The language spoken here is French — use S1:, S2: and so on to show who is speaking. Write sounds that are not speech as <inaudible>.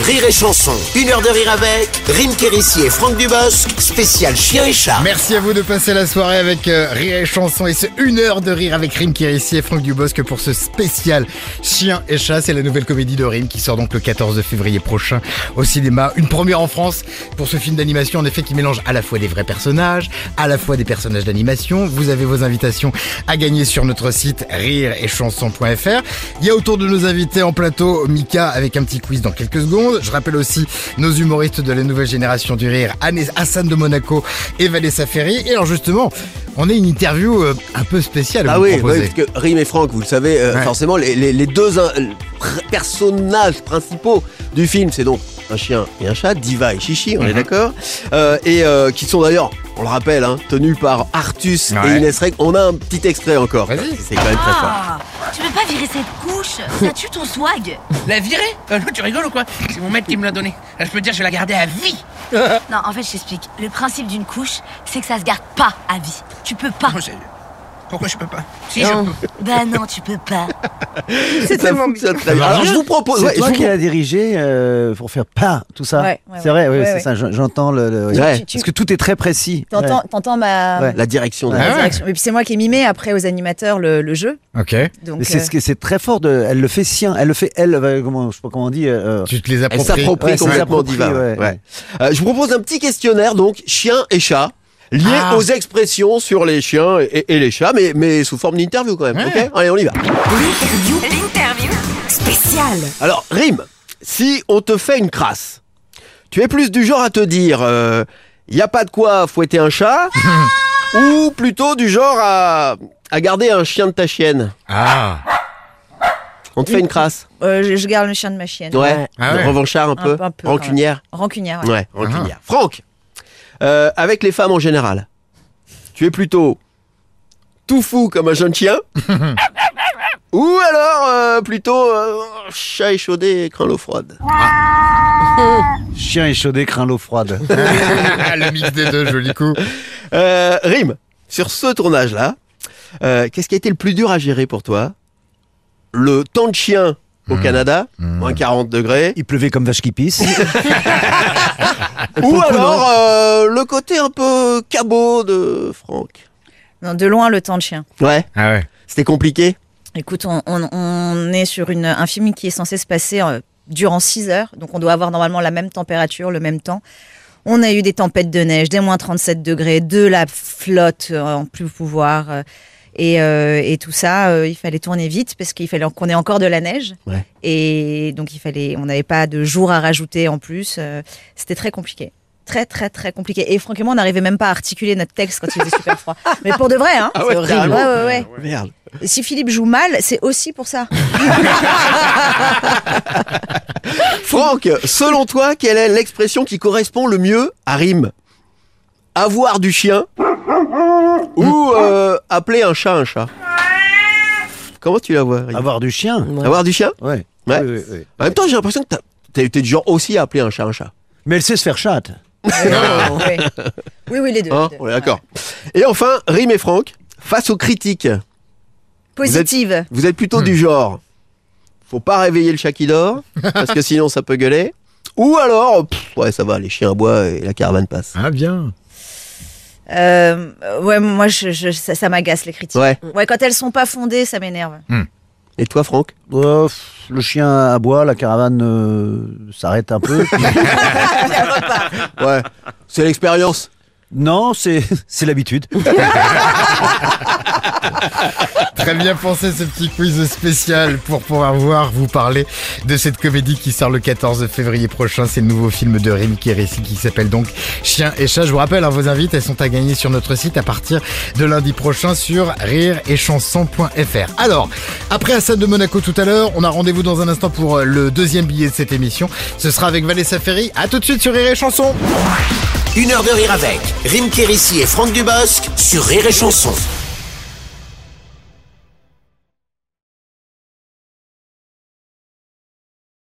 S1: Rire et Chanson, une heure de rire avec, Rime Kérissi et Franck Dubosc, spécial Chien et Chat.
S2: Merci à vous de passer la soirée avec euh, Rire et Chanson et ce une heure de rire avec Rime Kérissi et Franck Dubosc pour ce spécial Chien et Chat. C'est la nouvelle comédie de Rime qui sort donc le 14 février prochain au cinéma. Une première en France pour ce film d'animation en effet qui mélange à la fois des vrais personnages, à la fois des personnages d'animation. Vous avez vos invitations à gagner sur notre site rireetchanson.fr. Il y a autour de nos invités en plateau Mika avec un petit quiz dans quelques secondes. Je rappelle aussi nos humoristes de la nouvelle génération du rire, Anne- Hassan de Monaco et Vanessa Ferry. Et alors justement, on a une interview euh, un peu spéciale à
S3: Ah
S2: vous
S3: oui,
S2: proposer.
S3: oui, parce que Rim et Franck, vous le savez, euh,
S2: Ouais.
S3: forcément, les, les- les deux in- euh, pr- personnages principaux du film, c'est donc un chien et un chat, Diva et Chichi, on est d'accord Euh, Et euh, qui sont d'ailleurs, on le rappelle, hein, tenus par Artus
S2: Ouais.
S3: et Ines Reg. On a un petit extrait encore.
S2: Vas-y.
S3: C'est quand même très fort.
S4: Ah, tu veux pas virer cette couche Ça tue ton swag.
S5: La virer Euh, non, Tu rigoles ou quoi C'est mon maître qui me l'a donnée. Là, Je peux te dire, je vais la garder à vie.
S4: Non, en fait, je t'explique. Le principe d'une couche, c'est que ça se garde pas à vie. Tu peux pas.
S5: Moi, c'est- Pourquoi je peux pas Si, je peux.
S4: Bah non, tu peux pas.
S3: Ça fonctionne très bien.
S2: Bah,
S3: Alors, je vous propose.
S6: C'est
S3: ouais,
S6: toi
S3: je vous
S6: qui l'as dirigé euh, pour faire pas tout ça.
S7: Ouais, ouais,
S6: c'est vrai, oui,
S7: ouais,
S6: c'est
S7: ouais.
S6: ça. je- J'entends le. le- oui.
S3: Ouais.
S6: Parce que tout est très précis.
S7: T'entends, t'entends ma,
S6: Ouais.
S3: propose La direction de
S7: ma
S2: Ah ouais.
S7: direction. Et puis c'est moi qui ai mimé après aux animateurs le, le jeu.
S2: Ok.
S7: Donc,
S6: Mais c'est
S7: euh,
S6: ce que- c'est très fort. De, elle le fait sien. Elle le fait elle. euh, comment je sais pas comment on dit. euh,
S2: Tu te les
S3: Elle
S2: appropries.
S3: s'approprie
S6: Ouais,
S3: complètement
S6: s'approprie,
S3: Diva.
S6: ouais.
S3: Ouais. Euh, je vous propose un petit questionnaire, donc, chien et chat, lié
S2: Ah.
S3: aux expressions sur les chiens et, et les chats, mais, mais sous forme d'interview quand même.
S2: Ouais.
S3: ok Allez, on y va.
S4: L'interview. L'interview. Spéciale.
S3: Alors, Rime, si on te fait une crasse, tu es plus du genre à te dire euh, y a pas de quoi fouetter un chat ou plutôt du genre à, à garder un chien de ta chienne
S2: Ah. <laughs>
S3: On te fait une crasse
S7: euh, je, je garde le chien de ma chienne.
S3: Ouais,
S2: Ah ouais.
S3: revanchard un peu,
S7: peu, un peu,
S3: rancunière
S7: Rancunière. ouais.
S3: Ouais, rancunière. Franck, euh, avec les femmes en général, tu es plutôt tout fou comme un jeune chien ou alors euh, plutôt euh, chat échaudé et craint l'eau froide
S6: Chien échaudé craint l'eau froide.
S2: le mix des deux, joli coup.
S3: Euh, Rime, sur ce tournage-là, euh, qu'est-ce qui a été le plus dur à gérer pour toi Le temps de chien au Canada, moins 40 degrés,
S6: <laughs> Il pleuvait comme vache qui pisse.
S3: ou alors euh, le côté un peu cabot de Franck
S7: Non, de loin le temps de chien.
S3: Ouais,
S2: Ah ouais.
S3: c'était compliqué
S7: Écoute, on, on- on est sur une, un film qui est censé se passer euh, durant 6 heures. Donc on doit avoir normalement la même température, le même temps. On a eu des tempêtes de neige, des moins 37 degrés, de la flotte euh, en plus pouvoir. euh, et, euh, et tout ça, euh, il fallait tourner vite parce qu'il fallait qu'on ait encore de la neige.
S3: Ouais.
S7: Et donc, il fallait, on n'avait pas de jours à rajouter en plus. euh, C'était très compliqué. Très, très, très compliqué. Et franchement, on n'arrivait même pas à articuler notre texte quand il faisait super
S3: <laughs>
S7: froid. Mais pour de vrai, hein.
S3: Ah ouais,
S7: c'est horrible.
S3: carrément.
S7: Ouais, ouais, ouais.
S3: Merde.
S7: Et Si Philippe joue mal, c'est aussi pour
S3: <laughs>
S7: ça.
S3: Franck, selon toi, quelle est l'expression qui correspond le mieux à Rime Avoir du chien ou euh, appeler un chat un chat Comment tu la vois, Rime
S6: Avoir du chien.
S3: Avoir du chien
S6: Ouais.
S3: Ouais.
S6: Oui, oui, oui.
S3: En même temps, j'ai l'impression que t'as- t'es t'es du genre aussi à appeler un chat un chat.
S6: Mais elle sait se faire chatte.
S7: Euh, Ouais. Oui, oui, les deux.
S3: Hein
S7: les deux.
S3: On est d'accord. Et enfin, Rime et Franck, face aux critiques,
S7: Positive.
S3: vous êtes
S6: Hmm.
S3: plutôt du genre faut pas réveiller le chat qui dort,
S6: <laughs>
S3: parce que sinon ça peut gueuler. Ou alors, pff, ouais, ça va, les chiens boivent et la caravane passe.
S6: Hein
S2: Ah bien.
S7: Euh, ouais, moi, je, je- ça, ça m'agace les critiques.
S3: Ouais.
S7: Ouais, quand elles sont pas fondées, ça m'énerve.
S3: Et toi, Franck
S6: Oh, pff, le chien aboie, la caravane euh, s'arrête un peu.
S3: Ouais, c'est l'expérience.
S6: non, c'est c'est l'habitude.
S2: Très bien pensé ce petit quiz spécial pour pouvoir voir vous parler de cette comédie qui sort le 14 février prochain. C'est le nouveau film de Rémi Kérissi qui s'appelle donc Chien et Chat. Je vous rappelle, hein, vos invites, elles sont à gagner sur notre site à partir de lundi prochain sur rireetchanson.fr. Alors, après Assad de Monaco tout à l'heure, on a rendez-vous dans un instant pour euh, le deuxième billet de cette émission. Ce sera avec Vanessa Ferry. À tout de suite sur Rire et Chanson.
S1: Une heure de rire avec, Rime Kérissi et Franck Dubosc sur Rire et Chanson.